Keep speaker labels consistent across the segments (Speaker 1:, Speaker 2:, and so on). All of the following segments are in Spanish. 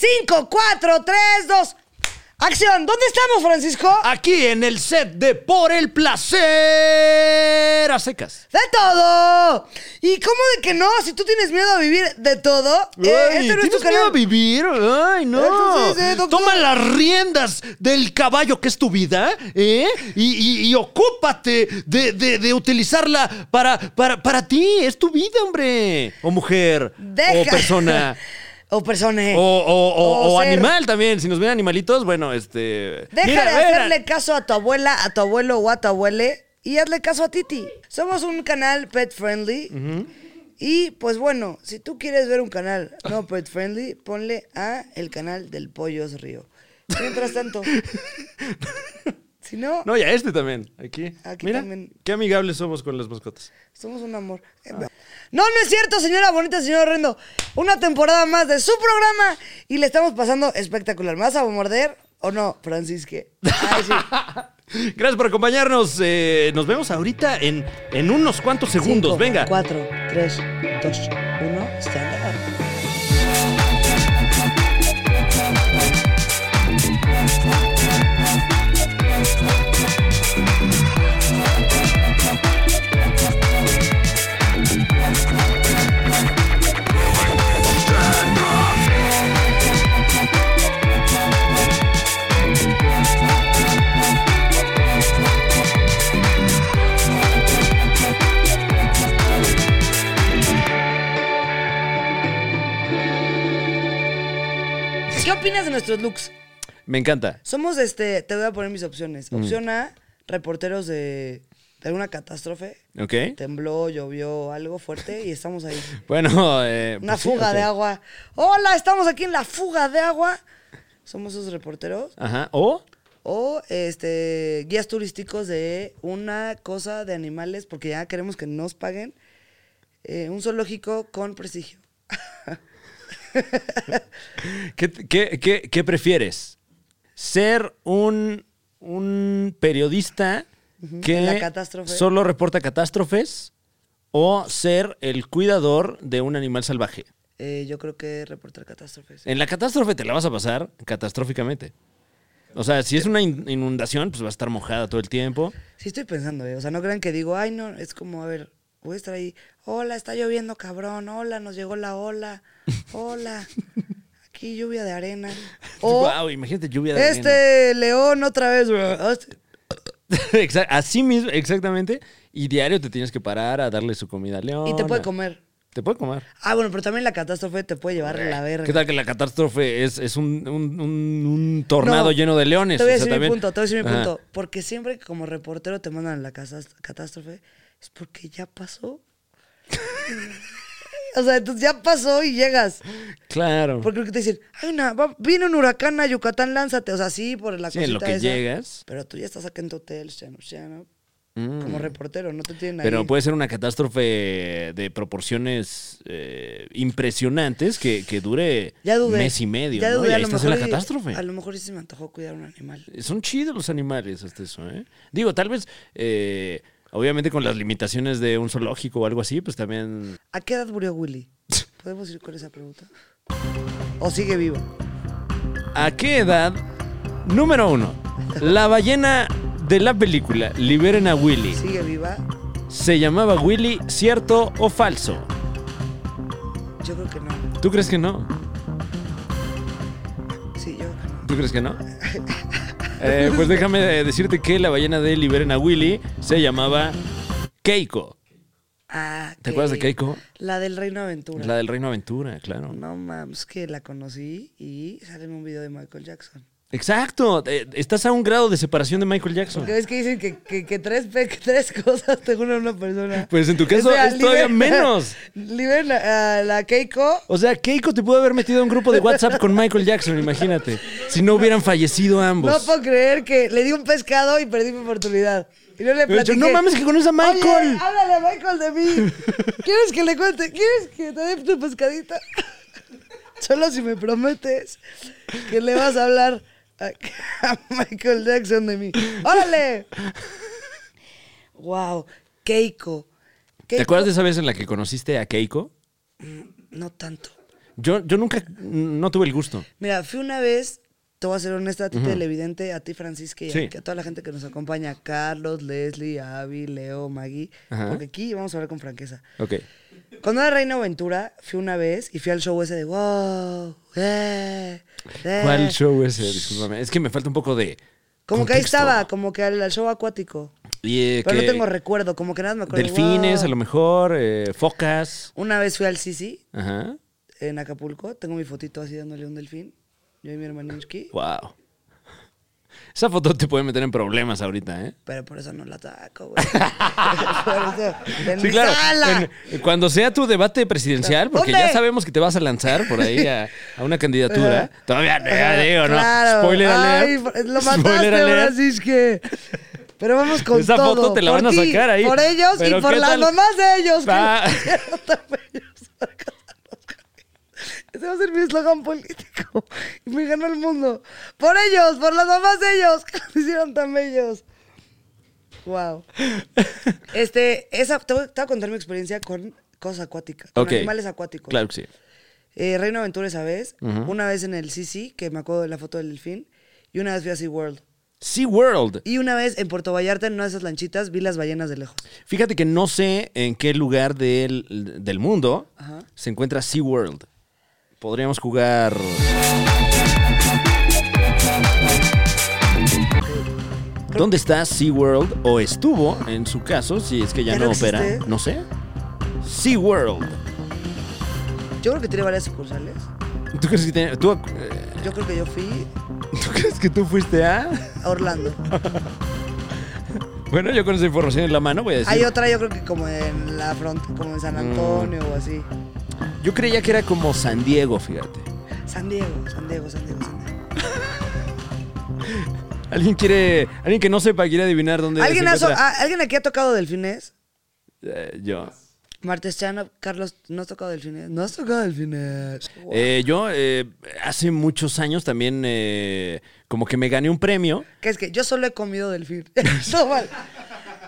Speaker 1: 5, 4, 3, 2. Acción. ¿Dónde estamos, Francisco?
Speaker 2: Aquí en el set de Por el Placer a secas.
Speaker 1: ¡De todo! ¿Y cómo de que no? Si tú tienes miedo a vivir de todo, eh,
Speaker 2: Ay,
Speaker 1: este no es tu
Speaker 2: ¿Tienes miedo a
Speaker 1: canal.
Speaker 2: vivir? Ay, no.
Speaker 1: Entonces, eh, doctor.
Speaker 2: Toma las riendas del caballo que es tu vida, ¿eh? Y, y- y ocúpate de, de- de utilizarla para, para, para ti. Es tu vida, hombre. O mujer.
Speaker 1: Deja-
Speaker 2: O persona.
Speaker 1: o Oh, persona. eh.
Speaker 2: O, o- o-
Speaker 1: O
Speaker 2: o
Speaker 1: ser.
Speaker 2: animal también. Si nos ven animalitos, bueno, este.
Speaker 1: Deja
Speaker 2: mira,
Speaker 1: de
Speaker 2: ven,
Speaker 1: hacerle caso a tu abuela, a tu abuelo o a tu abuele y hazle caso a Titi. Somos un canal pet friendly. Y pues bueno, si tú quieres ver un canal no pet friendly, ponle a el canal del Pollos Río. Mientras tanto, si no,
Speaker 2: No, y a este también. Aquí.
Speaker 1: Aquí
Speaker 2: Mira,
Speaker 1: también.
Speaker 2: qué amigables somos con las mascotas.
Speaker 1: somos un amor.
Speaker 2: Ah.
Speaker 1: No, no es cierto, señora bonita, señor horrendo. Una temporada más de su programa y le estamos pasando espectacular. ¿Más a morder o no, Francisque? Ay, sí.
Speaker 2: Gracias por acompañarnos. eh, nos vemos ahorita en, en unos cuantos segundos.
Speaker 1: Cinco,
Speaker 2: Venga.
Speaker 1: Cuatro, tres, dos, uno. stand up. ¿Qué opinas de nuestros looks?
Speaker 2: Me encanta.
Speaker 1: Somos este, te voy a poner mis opciones.
Speaker 2: Mm.
Speaker 1: Opción A, reporteros de, de alguna catástrofe.
Speaker 2: ¿Ok?
Speaker 1: Tembló, llovió, algo fuerte y estamos ahí.
Speaker 2: Bueno, eh,
Speaker 1: Una
Speaker 2: pues sí,
Speaker 1: fuga
Speaker 2: ok.
Speaker 1: de agua. Hola, estamos aquí en la fuga de agua. Somos esos reporteros.
Speaker 2: Ajá. O
Speaker 1: O este guías turísticos de una cosa de animales, porque ya queremos que nos paguen. Eh, un zoológico con prestigio.
Speaker 2: ¿qué, qué- qué- qué prefieres? Ser un, un periodista que
Speaker 1: La catástrofe.
Speaker 2: solo reporta catástrofes o ser el cuidador de un animal salvaje.
Speaker 1: Eh, yo creo que reportar catástrofes.
Speaker 2: En la catástrofe te la vas a pasar catastróficamente. O sea, si es una in- inundación, pues va a estar mojada todo el tiempo.
Speaker 1: Sí estoy pensando, ¿eh? O sea, no crean que digo, ay, no, es como, a ver, voy a estar ahí, hola, está lloviendo, cabrón, hola, nos llegó la ola, hola, aquí lluvia de arena. O,
Speaker 2: wow, imagínate lluvia de
Speaker 1: este
Speaker 2: arena.
Speaker 1: león otra vez,
Speaker 2: Exa- Así mismo, exactamente. Y diario te tienes que parar a darle su comida al león.
Speaker 1: y te puede
Speaker 2: a-
Speaker 1: comer.
Speaker 2: Te puede comer.
Speaker 1: Ah, bueno, pero también la catástrofe te puede llevar la verga.
Speaker 2: ¿Qué tal que la catástrofe es, es un, un- un- un tornado
Speaker 1: No,
Speaker 2: lleno de leones?
Speaker 1: Te voy a
Speaker 2: O sea,
Speaker 1: decir
Speaker 2: también-
Speaker 1: mi punto, te voy a decir mi
Speaker 2: Ajá.
Speaker 1: punto. Porque siempre que como reportero te mandan a la casas- catástrofe, es porque ya pasó. o sea, entonces ya pasó y llegas.
Speaker 2: Claro.
Speaker 1: Porque lo que te dicen, hay una, va- vino un huracán a Yucatán, lánzate. O sea, sí, por la
Speaker 2: Sí,
Speaker 1: cosita
Speaker 2: en lo que
Speaker 1: esa.
Speaker 2: llegas. Mm.
Speaker 1: Pero tú ya estás acá en tu hotel, Shano, Shano. Como reportero, no te tienen ahí.
Speaker 2: Pero pues, puede ser una catástrofe de proporciones eh, impresionantes que, que dure
Speaker 1: ya dudé.
Speaker 2: mes y medio.
Speaker 1: Ya
Speaker 2: ¿no?
Speaker 1: dudé,
Speaker 2: Y
Speaker 1: a
Speaker 2: ahí
Speaker 1: lo
Speaker 2: estás
Speaker 1: mejor
Speaker 2: en la
Speaker 1: y-
Speaker 2: catástrofe.
Speaker 1: A lo mejor sí se me antojó cuidar un animal.
Speaker 2: Son chidos los animales hasta eso, ¿eh? Digo, tal vez, eh, obviamente con las limitaciones de un zoológico o algo así, pues también...
Speaker 1: ¿A qué edad murió Willy? ¿Podemos ir con esa pregunta? ¿O sigue vivo?
Speaker 2: ¿A qué edad? Número uno, la ballena de la película Liberen a Willy.
Speaker 1: ¿Sigue viva?
Speaker 2: ¿Se llamaba Willy cierto o falso?
Speaker 1: Yo creo que no.
Speaker 2: ¿Tú crees que no?
Speaker 1: Sí, yo.
Speaker 2: ¿Tú crees que no? Eh, pues déjame eh, decirte que la ballena de Liberen a Willy se llamaba Keiko.
Speaker 1: Ah,
Speaker 2: ¿Te acuerdas de Keiko?
Speaker 1: La del Reino Aventura.
Speaker 2: La del Reino Aventura, claro.
Speaker 1: No mames, que la conocí y sale en un video de Michael Jackson.
Speaker 2: Exacto, eh, estás a un grado de separación de Michael Jackson.
Speaker 1: Porque ves que dicen que, que- que tres, pe- que tres cosas te unen a una persona.
Speaker 2: Pues en tu caso es todavía menos.
Speaker 1: Liberen a la Keiko.
Speaker 2: O sea, Keiko te pudo haber metido a un grupo de WhatsApp con Michael Jackson, imagínate. Si no hubieran fallecido ambos.
Speaker 1: No pues, puedo creer que le di un pescado y perdí mi oportunidad. Y no le
Speaker 2: Pero yo,
Speaker 1: platiqué.
Speaker 2: "No mames, que conoces a Michael".
Speaker 1: Oye, háblale a Michael de mí. ¿Quieres que le cuente? ¿Quieres que te dé tu pescadito? Solo si me prometes que le vas a hablar a, a Michael Jackson de mí. ¡Órale! Wow, Keiko.
Speaker 2: ¿Te
Speaker 1: Keiko-
Speaker 2: acuerdas de esa vez en la que conociste a Keiko?
Speaker 1: No tanto.
Speaker 2: Yo, yo nunca, no tuve el gusto.
Speaker 1: Mira, fui una vez, te voy a ser honesta, a ti, televidente, a ti, Francisca, y a-
Speaker 2: Sí.
Speaker 1: a, toda la gente que nos acompaña, a Carlos, Leslie, a Abby, Leo, Maggie,
Speaker 2: Ajá.
Speaker 1: porque aquí vamos a hablar con franqueza.
Speaker 2: Ok.
Speaker 1: Cuando era Reina Aventura, fui una vez y fui al show ese de wow, eh, eh.
Speaker 2: ¿Cuál show es ese? Discúlpame. Es que me falta un poco de.
Speaker 1: Como que ahí
Speaker 2: contexto.
Speaker 1: estaba, como que al, al show acuático.
Speaker 2: Y, eh,
Speaker 1: Pero
Speaker 2: que
Speaker 1: no tengo recuerdo, como que nada me acuerdo.
Speaker 2: Delfines,
Speaker 1: wow.
Speaker 2: a lo mejor, eh, focas.
Speaker 1: Una vez fui al Sisi
Speaker 2: Ajá.
Speaker 1: en Acapulco, tengo mi fotito así dándole un delfín, yo y mi hermano Inshki,
Speaker 2: Wow. Esa foto te puede meter en problemas ahorita, ¿eh?
Speaker 1: pero por eso no la taco, güey. por eso, en mi sala.
Speaker 2: En- cuando sea tu debate presidencial, porque
Speaker 1: ¿Dónde? Eh,
Speaker 2: ya sabemos que te vas a lanzar por ahí a, a una candidatura. Todavía no, ya eh, digo, ¿no?
Speaker 1: Claro.
Speaker 2: Spoiler
Speaker 1: Ay,
Speaker 2: alert.
Speaker 1: lo mataste,
Speaker 2: Spoiler alert.
Speaker 1: Francisque. Pero vamos con
Speaker 2: Esa
Speaker 1: todo.
Speaker 2: foto te la
Speaker 1: Por
Speaker 2: van a
Speaker 1: ti,
Speaker 2: sacar ahí.
Speaker 1: Por ellos
Speaker 2: Pero
Speaker 1: y por
Speaker 2: ¿qué
Speaker 1: las
Speaker 2: tal?
Speaker 1: mamás de ellos. que
Speaker 2: Va.
Speaker 1: los hicieron tan bellos para casarnos con ellos. Ese va a ser mi eslogan político. Y me ganó el mundo. Por ellos, por las mamás de ellos que los hicieron tan bellos. Wow. Este, esa, te voy, te voy a contar mi experiencia con cosas acuáticas, con
Speaker 2: Ok.
Speaker 1: animales acuáticos.
Speaker 2: Claro que sí.
Speaker 1: Eh, Reino Aventura esa vez, una vez en el Sisi, que me acuerdo de la foto del delfín, y una vez fui a SeaWorld.
Speaker 2: Sea World.
Speaker 1: Y una vez en Puerto Vallarta, en una de esas lanchitas, vi las ballenas de lejos.
Speaker 2: Fíjate que no sé en qué lugar del, del mundo se encuentra SeaWorld. Podríamos jugar. ¿Dónde está SeaWorld? O estuvo, en su caso, si es que ya,
Speaker 1: Ya
Speaker 2: no
Speaker 1: no
Speaker 2: opera.
Speaker 1: existe.
Speaker 2: No sé. SeaWorld.
Speaker 1: Yo creo que tiene varias sucursales.
Speaker 2: ¿Tú crees que, te- tú, eh,
Speaker 1: Yo creo que yo fui
Speaker 2: ¿tú crees que tú fuiste a...?
Speaker 1: a Orlando.
Speaker 2: Bueno, yo con esa información en la mano voy a decir...
Speaker 1: Hay otra, yo creo que como en la frontera, como en
Speaker 2: Mm.
Speaker 1: San Antonio o así.
Speaker 2: Yo creía que era como San Diego, fíjate.
Speaker 1: San Diego, San Diego, San Diego, San Diego.
Speaker 2: ¿Alguien quiere... Alguien que no sepa quiere adivinar dónde se
Speaker 1: ¿Alguien, ha so-
Speaker 2: encuentra?
Speaker 1: ah, ¿Alguien aquí ha tocado delfines?
Speaker 2: Eh, yo...
Speaker 1: Martes Chano, Carlos, ¿no has tocado delfines? No has tocado delfines. Pues, Wow.
Speaker 2: Eh, yo eh, hace muchos años también eh, como que me gané un premio.
Speaker 1: Que es que yo solo he comido delfín. No, vale.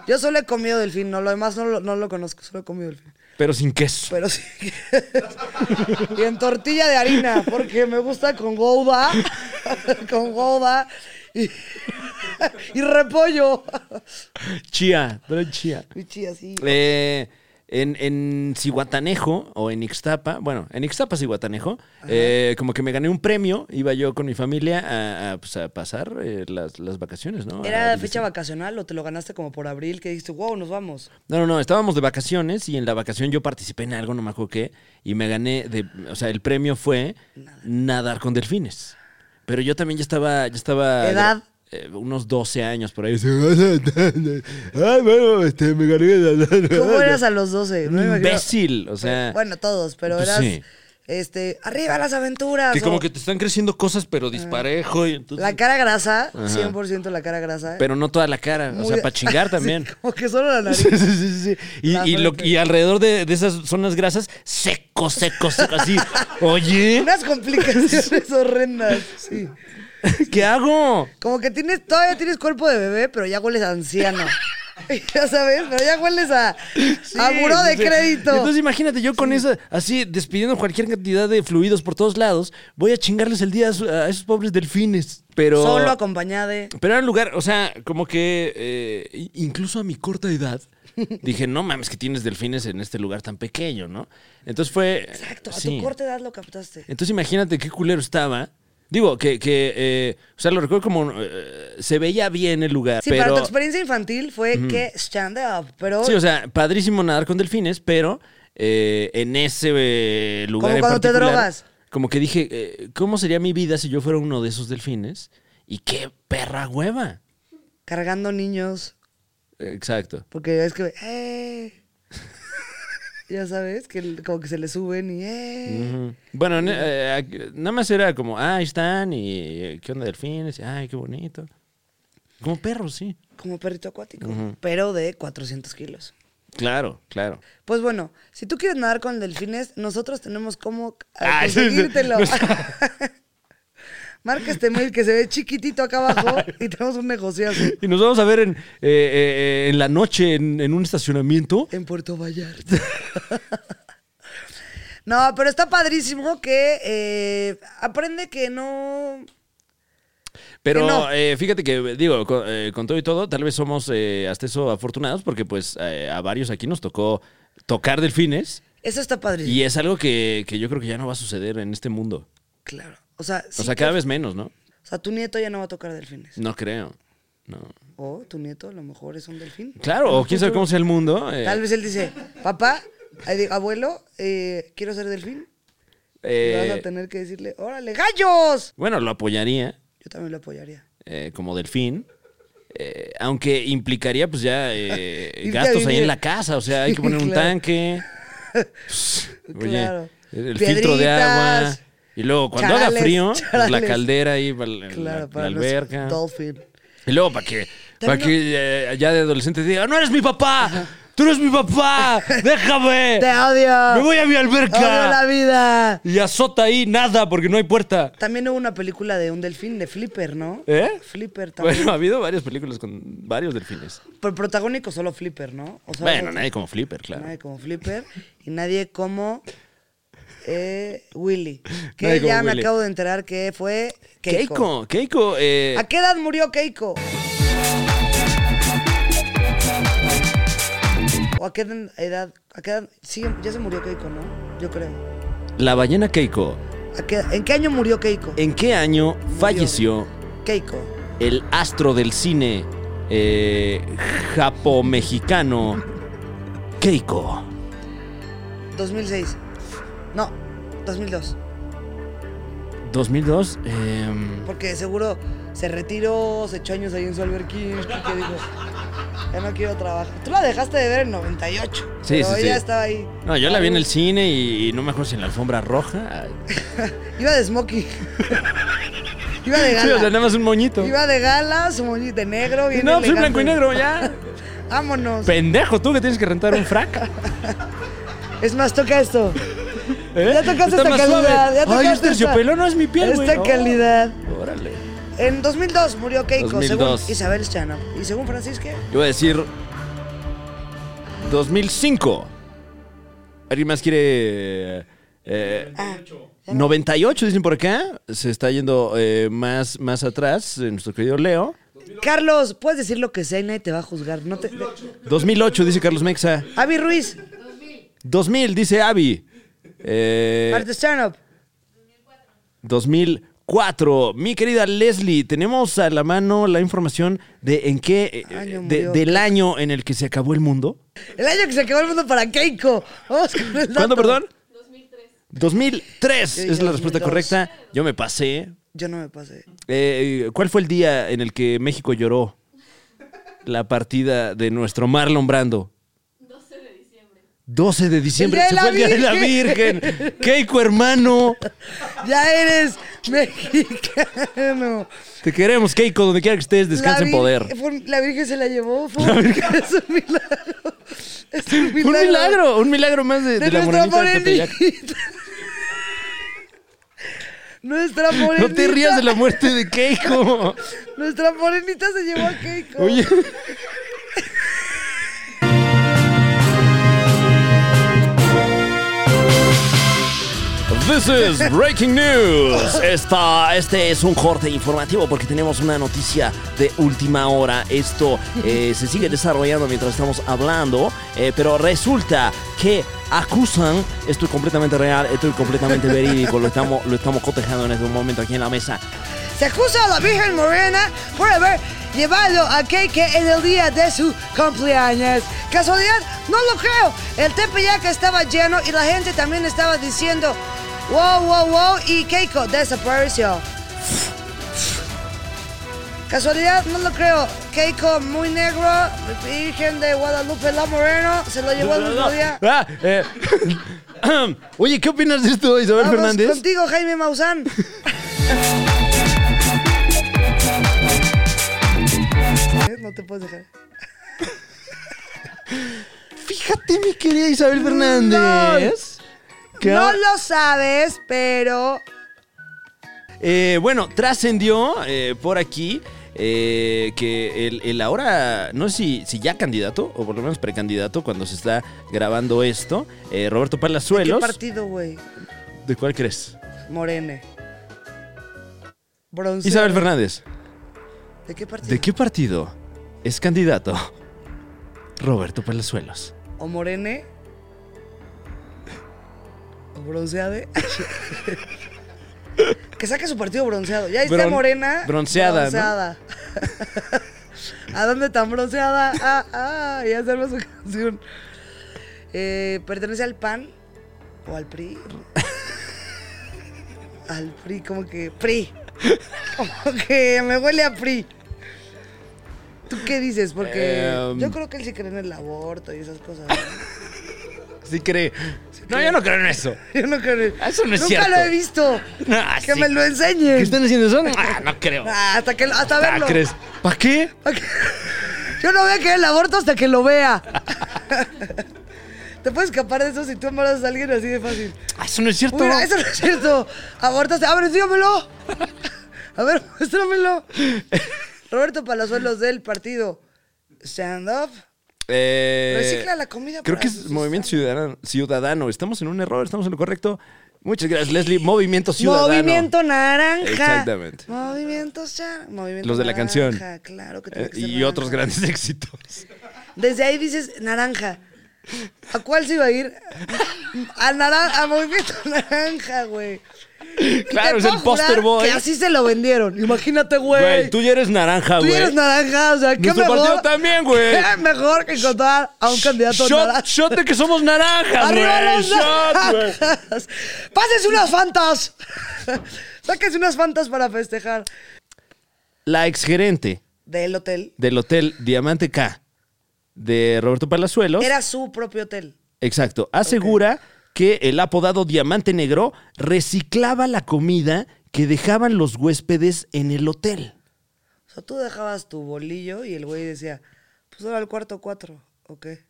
Speaker 1: Yo solo he comido delfín, no lo demás no lo, no lo conozco, solo he comido delfín.
Speaker 2: Pero sin queso.
Speaker 1: Pero sí. y en tortilla de harina, porque me gusta con gouda, con gouda y, y repollo.
Speaker 2: Chía, pero chía.
Speaker 1: Y chía, sí.
Speaker 2: Eh, en, en Cihuatanejo o en Ixtapa, bueno, en Ixtapa, Cihuatanejo, eh, como que me gané un premio, iba yo con mi familia a, a, pues, a pasar eh, las, las vacaciones, ¿no?
Speaker 1: ¿Era
Speaker 2: Al-
Speaker 1: fecha vacacional o te lo ganaste como por abril que dijiste, wow, nos vamos?
Speaker 2: No, no, no, estábamos de vacaciones y en la vacación yo participé en algo, no me acuerdo qué, y me gané, de, o sea, el premio fue nadar con delfines. Pero yo también ya estaba, ya estaba...
Speaker 1: ¿Edad?
Speaker 2: eh, unos 12 años por ahí. Ay, bueno, este, me gané de nadar.
Speaker 1: ¿Cómo eras a los 12? No me
Speaker 2: Un
Speaker 1: imagino.
Speaker 2: imbécil, o sea...
Speaker 1: Bueno, todos, pero
Speaker 2: pues
Speaker 1: eras,
Speaker 2: sí.
Speaker 1: este, arriba las aventuras.
Speaker 2: Que como
Speaker 1: o-
Speaker 2: que te están creciendo cosas, pero disparejo. y entonces-
Speaker 1: Ah. La cara grasa, 100% la cara grasa. ¿eh?
Speaker 2: pero no toda la cara. o
Speaker 1: Muy-
Speaker 2: sea, para chingar
Speaker 1: Sí,
Speaker 2: también.
Speaker 1: como que solo la nariz.
Speaker 2: Sí, sí, sí, sí. Y,
Speaker 1: La
Speaker 2: y lo-
Speaker 1: frente.
Speaker 2: y alrededor de, de esas zonas grasas, seco, seco, seco, así. Oye,
Speaker 1: Unas complicaciones horrendas, sí.
Speaker 2: ¿qué hago?
Speaker 1: Como que tienes, todavía tienes cuerpo de bebé, pero ya hueles a anciano. ya sabes, pero ya hueles a, a
Speaker 2: Sí,
Speaker 1: buró de
Speaker 2: Ah, sí, sí.
Speaker 1: crédito.
Speaker 2: Entonces imagínate, yo con esa, así, despidiendo cualquier cantidad de fluidos por todos lados, voy a chingarles el día a, su- a esos pobres delfines. Pero...
Speaker 1: Solo acompañada de.
Speaker 2: Pero era un lugar, o sea, como que eh, i- incluso a mi corta edad dije, no mames que tienes delfines en este lugar tan pequeño, ¿no? Entonces fue...
Speaker 1: Exacto, a
Speaker 2: sí. Eh,
Speaker 1: tu corta edad lo captaste.
Speaker 2: Entonces imagínate qué culero estaba. Digo, que, que eh, o sea, lo recuerdo como eh, se veía bien el lugar.
Speaker 1: Sí, para
Speaker 2: pero,
Speaker 1: tu experiencia infantil fue que stand up, pero
Speaker 2: Sí, o sea, padrísimo nadar con delfines, pero eh, en ese eh, lugar.
Speaker 1: Como
Speaker 2: en
Speaker 1: cuando te
Speaker 2: particular,
Speaker 1: drogas.
Speaker 2: Como que dije, eh, ¿cómo sería mi vida si yo fuera uno de esos delfines? Y qué perra hueva.
Speaker 1: cargando niños,
Speaker 2: Exacto.
Speaker 1: porque es que. ¡eh! ya sabes, que el- como que se le suben y. ¡eh!
Speaker 2: Ujú. Bueno, ne- eh, aquí- nada más era como, ah, ahí están, y eh, qué onda delfines, y, ay, qué bonito. Como perros, sí.
Speaker 1: Como perrito acuático, pero de 400 kilos.
Speaker 2: Claro, claro.
Speaker 1: Pues bueno, si tú quieres nadar con delfines, nosotros tenemos cómo eh,
Speaker 2: Ah, sí, sí.
Speaker 1: conseguírtelo.
Speaker 2: No sé.
Speaker 1: Marca este mail que se ve chiquitito acá abajo y tenemos un negociazo
Speaker 2: Y nos vamos a ver en, eh, eh, eh, en la noche en, en un estacionamiento.
Speaker 1: en Puerto Vallarta. No, pero está padrísimo que eh, aprende que no.
Speaker 2: Pero
Speaker 1: Que no.
Speaker 2: eh, fíjate que, digo, con, eh, con todo y todo, tal vez somos eh, hasta eso afortunados porque pues eh, a varios aquí nos tocó tocar delfines
Speaker 1: Eso está padrísimo.
Speaker 2: y es algo que, que yo creo que ya no va a suceder en este mundo.
Speaker 1: Claro. O sea, sí
Speaker 2: O sea,
Speaker 1: que-
Speaker 2: cada vez menos, ¿no?
Speaker 1: o sea, tu nieto ya no va a tocar delfines.
Speaker 2: No creo. No.
Speaker 1: O tu nieto a lo mejor es un delfín.
Speaker 2: Claro, o quién sabe cómo sea el mundo. eh,
Speaker 1: Tal vez él dice, papá, ay, digo, abuelo, eh, quiero ser delfín. Y
Speaker 2: eh,
Speaker 1: vas a tener que decirle, órale, gallos.
Speaker 2: bueno, lo apoyaría
Speaker 1: Yo también lo apoyaría.
Speaker 2: eh, como delfín. eh, aunque implicaría pues ya eh,
Speaker 1: Irte a
Speaker 2: gastos ahí
Speaker 1: vivir.
Speaker 2: en la casa, o sea, hay que
Speaker 1: Sí,
Speaker 2: poner un
Speaker 1: claro.
Speaker 2: tanque. Pss, Oye,
Speaker 1: Claro.
Speaker 2: el filtro de agua.
Speaker 1: Piedritas.
Speaker 2: Y luego cuando haga
Speaker 1: Charales,
Speaker 2: frío, pues, la
Speaker 1: charales.
Speaker 2: caldera ahí, para la,
Speaker 1: Claro,
Speaker 2: la-
Speaker 1: para
Speaker 2: la
Speaker 1: los
Speaker 2: alberca.
Speaker 1: Dolphin.
Speaker 2: Y luego para que, para
Speaker 1: También
Speaker 2: que eh, ya de adolescente diga, no eres mi papá, tú eres mi papá, déjame,
Speaker 1: ¡Te odio!
Speaker 2: Eh, me voy a mi
Speaker 1: ¡Odio la
Speaker 2: alberca.
Speaker 1: vida!
Speaker 2: Y azota ahí nada porque no hay puerta.
Speaker 1: También hubo una película de un delfín, de Flipper, ¿no?
Speaker 2: ¿Eh?
Speaker 1: Flipper también.
Speaker 2: Bueno, ha habido varias películas con varios delfines.
Speaker 1: Por protagónico solo Flipper, ¿no? O sea,
Speaker 2: Bueno, nadie como Flipper, claro.
Speaker 1: Nadie como Flipper y nadie como eh, Willy. Que
Speaker 2: Nadie como
Speaker 1: ya me
Speaker 2: Willy.
Speaker 1: acabo de enterar que fue Keiko.
Speaker 2: Keiko, Keiko, eh,
Speaker 1: ¿A qué edad murió Keiko? ¿O a qué edad- edad? A qué edad sí, ya se murió Keiko, ¿no? Yo creo.
Speaker 2: la ballena Keiko.
Speaker 1: ¿A qué- ¿En qué año murió Keiko?
Speaker 2: ¿En qué año falleció
Speaker 1: Keiko.
Speaker 2: el astro del cine eh, japomexicano Keiko?
Speaker 1: 2006. No, 2002.
Speaker 2: ¿2002? em,
Speaker 1: Porque seguro se retiró, se echó años ahí en su alberquín, porque dijo, ya no quiero trabajar. Tú la dejaste de ver en 98.
Speaker 2: Sí,
Speaker 1: pero
Speaker 2: sí, Ah.
Speaker 1: ella
Speaker 2: sí.
Speaker 1: estaba ahí.
Speaker 2: no, yo la vi en el cine y, y no me acuerdo si en la alfombra roja. Ay.
Speaker 1: Iba de smoking. Iba de
Speaker 2: Sí, o sea,
Speaker 1: gala.
Speaker 2: nada más un moñito.
Speaker 1: Iba de gala, su moñito de negro. bien
Speaker 2: No, soy
Speaker 1: elegante.
Speaker 2: blanco y negro, ya.
Speaker 1: Vámonos.
Speaker 2: Pendejo, tú que tienes que rentar un frac.
Speaker 1: Es más, toca esto.
Speaker 2: ¿eh?
Speaker 1: Ya tocaste
Speaker 2: Está
Speaker 1: esta
Speaker 2: más
Speaker 1: calidad.
Speaker 2: suave.
Speaker 1: Ya tocaste
Speaker 2: Ay, es terciopelo,
Speaker 1: esta-
Speaker 2: no es mi piel, güey.
Speaker 1: Esta
Speaker 2: Oh,
Speaker 1: calidad.
Speaker 2: Órale.
Speaker 1: En 2002 murió Keiko,
Speaker 2: 2002.
Speaker 1: según Isabel Chano. Y según Francisque,
Speaker 2: Yo voy a decir 2005. ¿Alguien más quiere...? eh,
Speaker 1: Ah,
Speaker 2: 98, dicen por acá. Se está yendo eh, más, más atrás eh, nuestro querido Leo.
Speaker 1: Carlos, puedes decir lo que sea y nadie te va a juzgar. No te...
Speaker 2: 2008, dice Carlos Mexa.
Speaker 1: Avi Ruiz,
Speaker 2: 2000, dice Abby. Eh,
Speaker 1: Martes Chernob.
Speaker 2: 2004. Mi querida Leslie, tenemos a la mano la información de en qué... eh,
Speaker 1: Año
Speaker 2: de-
Speaker 1: murió.
Speaker 2: del año en el que se acabó el mundo.
Speaker 1: El año que se acabó el mundo para Keiko. Vamos con el dato.
Speaker 2: ¿Cuándo, perdón? 2003. 2003
Speaker 1: Yo
Speaker 2: es
Speaker 1: dije
Speaker 2: la respuesta
Speaker 1: 2002.
Speaker 2: correcta. Yo me pasé.
Speaker 1: Yo no me pasé.
Speaker 2: Eh, ¿Cuál fue el día en el que México lloró la partida de nuestro Marlon Brando? 12 de diciembre.
Speaker 1: El
Speaker 2: Se
Speaker 1: día
Speaker 2: fue el
Speaker 1: de
Speaker 2: día de
Speaker 1: la
Speaker 2: la Virgen. Keiko, hermano.
Speaker 1: Ya eres mexicano.
Speaker 2: Te queremos, Keiko, donde quiera que estés. Descansa
Speaker 1: La
Speaker 2: en
Speaker 1: vir-
Speaker 2: poder.
Speaker 1: fue un- la Virgen se la llevó. Fue un, es un milagro. Es un
Speaker 2: Un
Speaker 1: milagro.
Speaker 2: milagro, un milagro más de,
Speaker 1: De,
Speaker 2: de la
Speaker 1: nuestra
Speaker 2: morenita de
Speaker 1: morenita.
Speaker 2: Tepeyac.
Speaker 1: nuestra morenita.
Speaker 2: No te rías de la muerte de Keiko.
Speaker 1: Nuestra morenita se llevó a Keiko.
Speaker 2: Oye. This is breaking news. Esta, este es un corte informativo porque tenemos una noticia de última hora. Esto eh, se sigue desarrollando mientras estamos hablando, eh, pero resulta que acusan, esto es completamente real, esto es completamente verídico, lo estamos, lo estamos cotejando en este momento aquí en la mesa.
Speaker 1: Se acusa a la Virgen Morena por haber llevado a Keike en el día de su cumpleaños. ¿Casualidad? No lo creo. El Tepeyac estaba lleno y la gente también estaba diciendo wow, wow, wow y Keiko desapareció. ¿Casualidad? No lo creo. Keiko muy negro, Virgen de Guadalupe la Moreno, se lo llevó el mismo día.
Speaker 2: Ah, eh, Oye, ¿qué opinas de esto, Isabel
Speaker 1: Vamos
Speaker 2: Fernández?
Speaker 1: contigo, Jaime Maussan. ¿Eh? No te puedes dejar.
Speaker 2: Fíjate, mi querida Isabel Fernández. que
Speaker 1: No
Speaker 2: ahora-
Speaker 1: lo sabes, pero
Speaker 2: Eh, bueno, trascendió eh, por aquí eh, que el, el ahora, no sé si, si ya candidato, o por lo menos precandidato, cuando se está grabando esto, eh, Roberto
Speaker 1: ¿De qué
Speaker 2: Palazuelos.
Speaker 1: partido, güey?
Speaker 2: ¿De cuál crees?
Speaker 1: Morene. Bronce.
Speaker 2: Isabel Fernández.
Speaker 1: ¿De qué partido?
Speaker 2: ¿De qué partido es candidato Roberto Palazuelos?
Speaker 1: ¿O Morene? ¿O bronceade? que saque su partido bronceado. Ya está
Speaker 2: Bron-
Speaker 1: morena.
Speaker 2: bronceada, ¿no?
Speaker 1: Bronceada. ¿A dónde tan bronceada? Ah, ah, ya se arma su canción. Eh, ¿Pertenece al PAN o al PRI? al PRI, como que PRI. Como que me huele a PRI. ¿Tú qué dices? Porque
Speaker 2: Em.
Speaker 1: yo creo que él sí cree en el aborto y esas cosas. ¿no?
Speaker 2: Sí cree. No, yo no creo en eso.
Speaker 1: Yo no creo.
Speaker 2: Ah, Eso no es
Speaker 1: Nunca
Speaker 2: cierto.
Speaker 1: lo he visto.
Speaker 2: No,
Speaker 1: que
Speaker 2: sí.
Speaker 1: me lo enseñen.
Speaker 2: ¿Qué están haciendo eso? Ah, No creo.
Speaker 1: Ah, hasta que hasta verlo.
Speaker 2: ¿Para qué?
Speaker 1: Ok. Yo no voy a querer el aborto hasta que lo vea. Te puedes escapar de eso si tú embarazas a alguien así de fácil.
Speaker 2: Ah, Eso no es cierto.
Speaker 1: Mira, eso no es cierto. Abortaste. A ver, dígamelo. A ver, muéstramelo. Roberto Palazuelos del partido Stand Up.
Speaker 2: Eh,
Speaker 1: Recicla la comida
Speaker 2: Creo
Speaker 1: para
Speaker 2: que es
Speaker 1: sus-
Speaker 2: Movimiento Ciudadano, Ciudadano. Estamos en un error, estamos en lo correcto. Muchas gracias, Leslie. Movimiento Ciudadano.
Speaker 1: Movimiento naranja.
Speaker 2: Exactamente.
Speaker 1: Movimiento, ya- movimiento
Speaker 2: Los de la canción.
Speaker 1: Naranja, Claro que tiene
Speaker 2: Eh,
Speaker 1: que ser
Speaker 2: Y otros
Speaker 1: naranja.
Speaker 2: grandes éxitos.
Speaker 1: Desde ahí dices naranja. ¿A cuál se iba a ir? A, naran- a movimiento naranja, güey. Te
Speaker 2: Claro, es el
Speaker 1: puedo jurar
Speaker 2: poster boy.
Speaker 1: Que así se lo vendieron. Imagínate, güey.
Speaker 2: Güey,
Speaker 1: Tú,
Speaker 2: tú ya eres naranja, güey.
Speaker 1: eres naranja, o sea, qué
Speaker 2: Nuestro
Speaker 1: mejor.
Speaker 2: partido también, güey.
Speaker 1: Qué mejor que encontrar a un candidato
Speaker 2: Shot,
Speaker 1: naranja.
Speaker 2: shot de que somos naranjas,
Speaker 1: ¡Arriba
Speaker 2: güey.
Speaker 1: las
Speaker 2: Shot, güey.
Speaker 1: naranjas! ¡Pásense unas fantas! Sáquense unas fantas para festejar.
Speaker 2: La exgerente
Speaker 1: Del hotel.
Speaker 2: del hotel Diamante K de Roberto Palazuelos.
Speaker 1: Era su propio hotel.
Speaker 2: Exacto. Asegura que el apodado Diamante Negro reciclaba la comida que dejaban los huéspedes en el hotel.
Speaker 1: O sea, tú dejabas tu bolillo y el güey decía, pues ahora al cuarto cuatro, ¿o qué?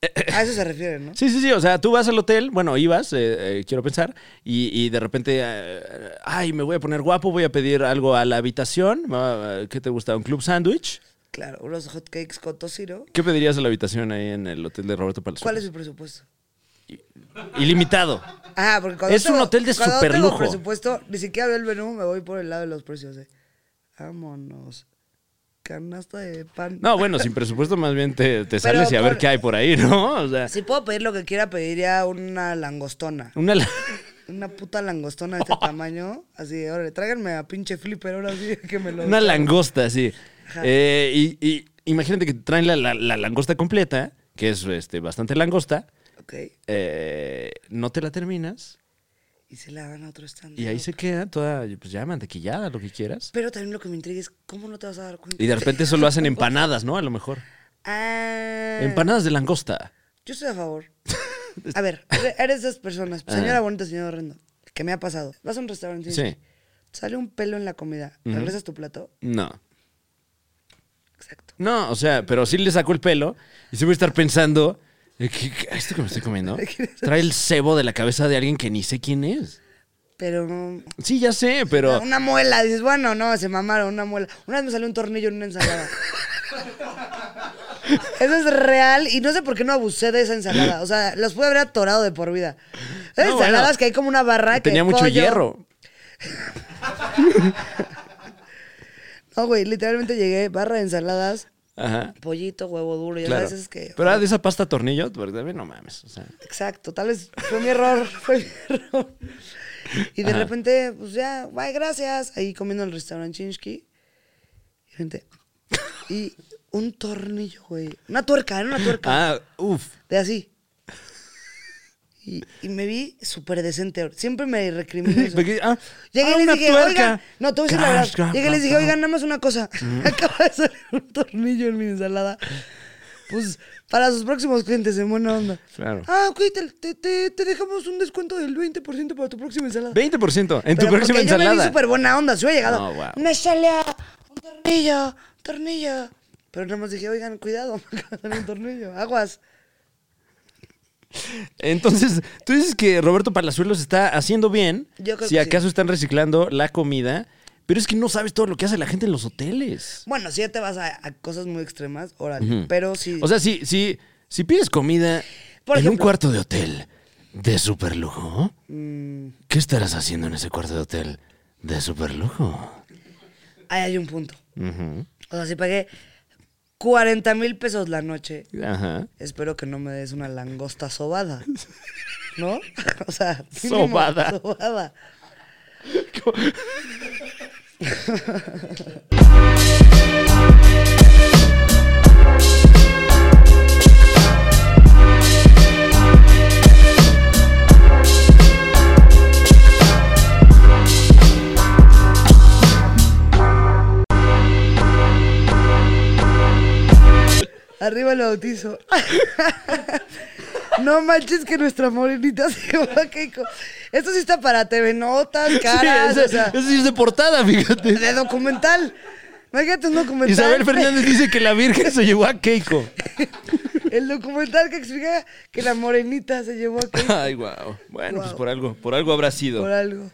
Speaker 2: Eh,
Speaker 1: A eso se refieren, ¿no?
Speaker 2: Sí, sí, sí. O sea, tú vas al hotel, bueno, ibas, eh, eh, quiero pensar, y, y de repente, eh, ay, me voy a poner guapo, voy a pedir algo a la habitación. Ah, ¿Qué te gusta? ¿Un club sándwich?
Speaker 1: Claro, unos hotcakes con tocino.
Speaker 2: ¿Qué pedirías a la habitación ahí en el hotel de Roberto Palazuelos?
Speaker 1: ¿Cuál es su presupuesto?
Speaker 2: Ilimitado.
Speaker 1: Ah, porque cuando
Speaker 2: Es un hotel de
Speaker 1: cuando tengo
Speaker 2: superlujo.
Speaker 1: presupuesto, ni siquiera veo el menú, me voy por el lado de los precios. ¿eh? Vámonos. Canasta de pan.
Speaker 2: No, bueno, sin presupuesto más bien te, te sales y a
Speaker 1: por-
Speaker 2: ver qué hay por ahí, ¿no? O sea,
Speaker 1: Si puedo pedir lo que quiera, pediría una langostona.
Speaker 2: una... la-
Speaker 1: Una puta langostona de este tamaño. Así, órale, tráiganme a pinche flipper ahora sí que me lo...
Speaker 2: Una langosta, sí.
Speaker 1: Ajá.
Speaker 2: Eh, y, y imagínate que traen la, la- la langosta completa, que es este, bastante langosta.
Speaker 1: Ok.
Speaker 2: eh, no te la terminas
Speaker 1: Y se la dan a otro stand.
Speaker 2: y ahí se queda toda, pues ya mantequillada, lo que quieras.
Speaker 1: Pero también lo que me intriga es cómo no te vas a dar cuenta.
Speaker 2: Y de repente eso lo hacen empanadas, ¿no? A lo mejor.
Speaker 1: Ah,
Speaker 2: Empanadas de langosta.
Speaker 1: yo estoy a favor. A ver, eres- eres de esas personas, señora bonita, señor horrendo, que me ha pasado. Vas a un restaurante y
Speaker 2: Ah. Sí.
Speaker 1: sale un pelo en la comida, regresas tu plato.
Speaker 2: No.
Speaker 1: Exacto.
Speaker 2: No, o sea, pero sí le saco el pelo y sí voy a estar pensando, eh, ¿qué- qué- ¿esto que me estoy comiendo? Trae el cebo de la cabeza de alguien que ni sé quién es.
Speaker 1: Pero no.
Speaker 2: Sí, ya sé, pero...
Speaker 1: Una muela, dices, bueno, no, se mamaron, una muela. Una vez me salió un tornillo en una ensalada. Eso es real y no sé por qué no abusé de esa ensalada. O sea, los pude haber atorado de por vida. Hay
Speaker 2: No, bueno.
Speaker 1: ensaladas que hay como una barra que.
Speaker 2: Tenía mucho
Speaker 1: pollo-
Speaker 2: hierro.
Speaker 1: No, güey, literalmente llegué, barra de ensaladas,
Speaker 2: Ajá.
Speaker 1: pollito, huevo duro, ya
Speaker 2: Claro.
Speaker 1: sabes, es que...
Speaker 2: Pero ah, de esa pasta tornillo, porque también no mames. O sea,
Speaker 1: Exacto, tal vez fue mi error, fue mi error. Y de
Speaker 2: Ajá.
Speaker 1: repente, pues ya, bye, gracias. Ahí comiendo en el restaurante Chinsky. Y gente, y un tornillo, güey. Una tuerca, era una tuerca.
Speaker 2: ah, uff.
Speaker 1: De así. Y, y me vi súper decente. Siempre me recrimino eso.
Speaker 2: Ah,
Speaker 1: Llegué y
Speaker 2: ah,
Speaker 1: les
Speaker 2: una
Speaker 1: dije,
Speaker 2: tuerca.
Speaker 1: oigan, no, te voy a decir la
Speaker 2: Crash,
Speaker 1: verdad.
Speaker 2: crash,
Speaker 1: Llegué y les dije,
Speaker 2: crash.
Speaker 1: oigan, nada más una cosa. Acaba de salir un tornillo en mi ensalada. Pues para sus próximos clientes, en buena onda.
Speaker 2: Claro.
Speaker 1: Ah, ok, te, te- te- te dejamos un descuento del 20% para tu próxima ensalada.
Speaker 2: 20% en tu
Speaker 1: Pero
Speaker 2: próxima
Speaker 1: porque Yo me vi
Speaker 2: ensalada.
Speaker 1: súper buena onda, si hubiera llegado.
Speaker 2: No, wow.
Speaker 1: Una ensalada, un tornillo, un tornillo. Pero nada más dije, oigan, cuidado, me acaba de salir un tornillo. Aguas.
Speaker 2: Entonces, tú dices que Roberto Palazuelos está haciendo bien.
Speaker 1: Yo creo
Speaker 2: si
Speaker 1: que sí.
Speaker 2: acaso están reciclando la comida. Pero es que no sabes todo lo que hace la gente en los hoteles.
Speaker 1: Bueno, si ya te vas a, a cosas muy extremas, órale. Pero sí.
Speaker 2: O sea, si, si, si pides comida
Speaker 1: Por
Speaker 2: en un
Speaker 1: ejemplo.
Speaker 2: cuarto de hotel de super lujo,
Speaker 1: Mm.
Speaker 2: ¿qué estarás haciendo en ese cuarto de hotel de super lujo?
Speaker 1: ahí hay un punto. O sea, si pagué 40 mil pesos la noche,
Speaker 2: Ajá.
Speaker 1: espero que no me des una langosta sobada. ¿No? O sea, mínimo
Speaker 2: Sobada.
Speaker 1: Sobada. Arriba el bautizo. No manches que nuestra morenita se va a Keiko. Esto sí está para TV Notas, caras,
Speaker 2: Sí,
Speaker 1: o sea,
Speaker 2: esa- esa sí es de portada, fíjate.
Speaker 1: de documental. Imagínate un documental.
Speaker 2: Isabel Fernández dice que la Virgen se llevó a Keiko.
Speaker 1: El documental que explica que la morenita se llevó a Keiko
Speaker 2: Ay, guau. Bueno, pues por algo, por algo habrá sido.
Speaker 1: por algo.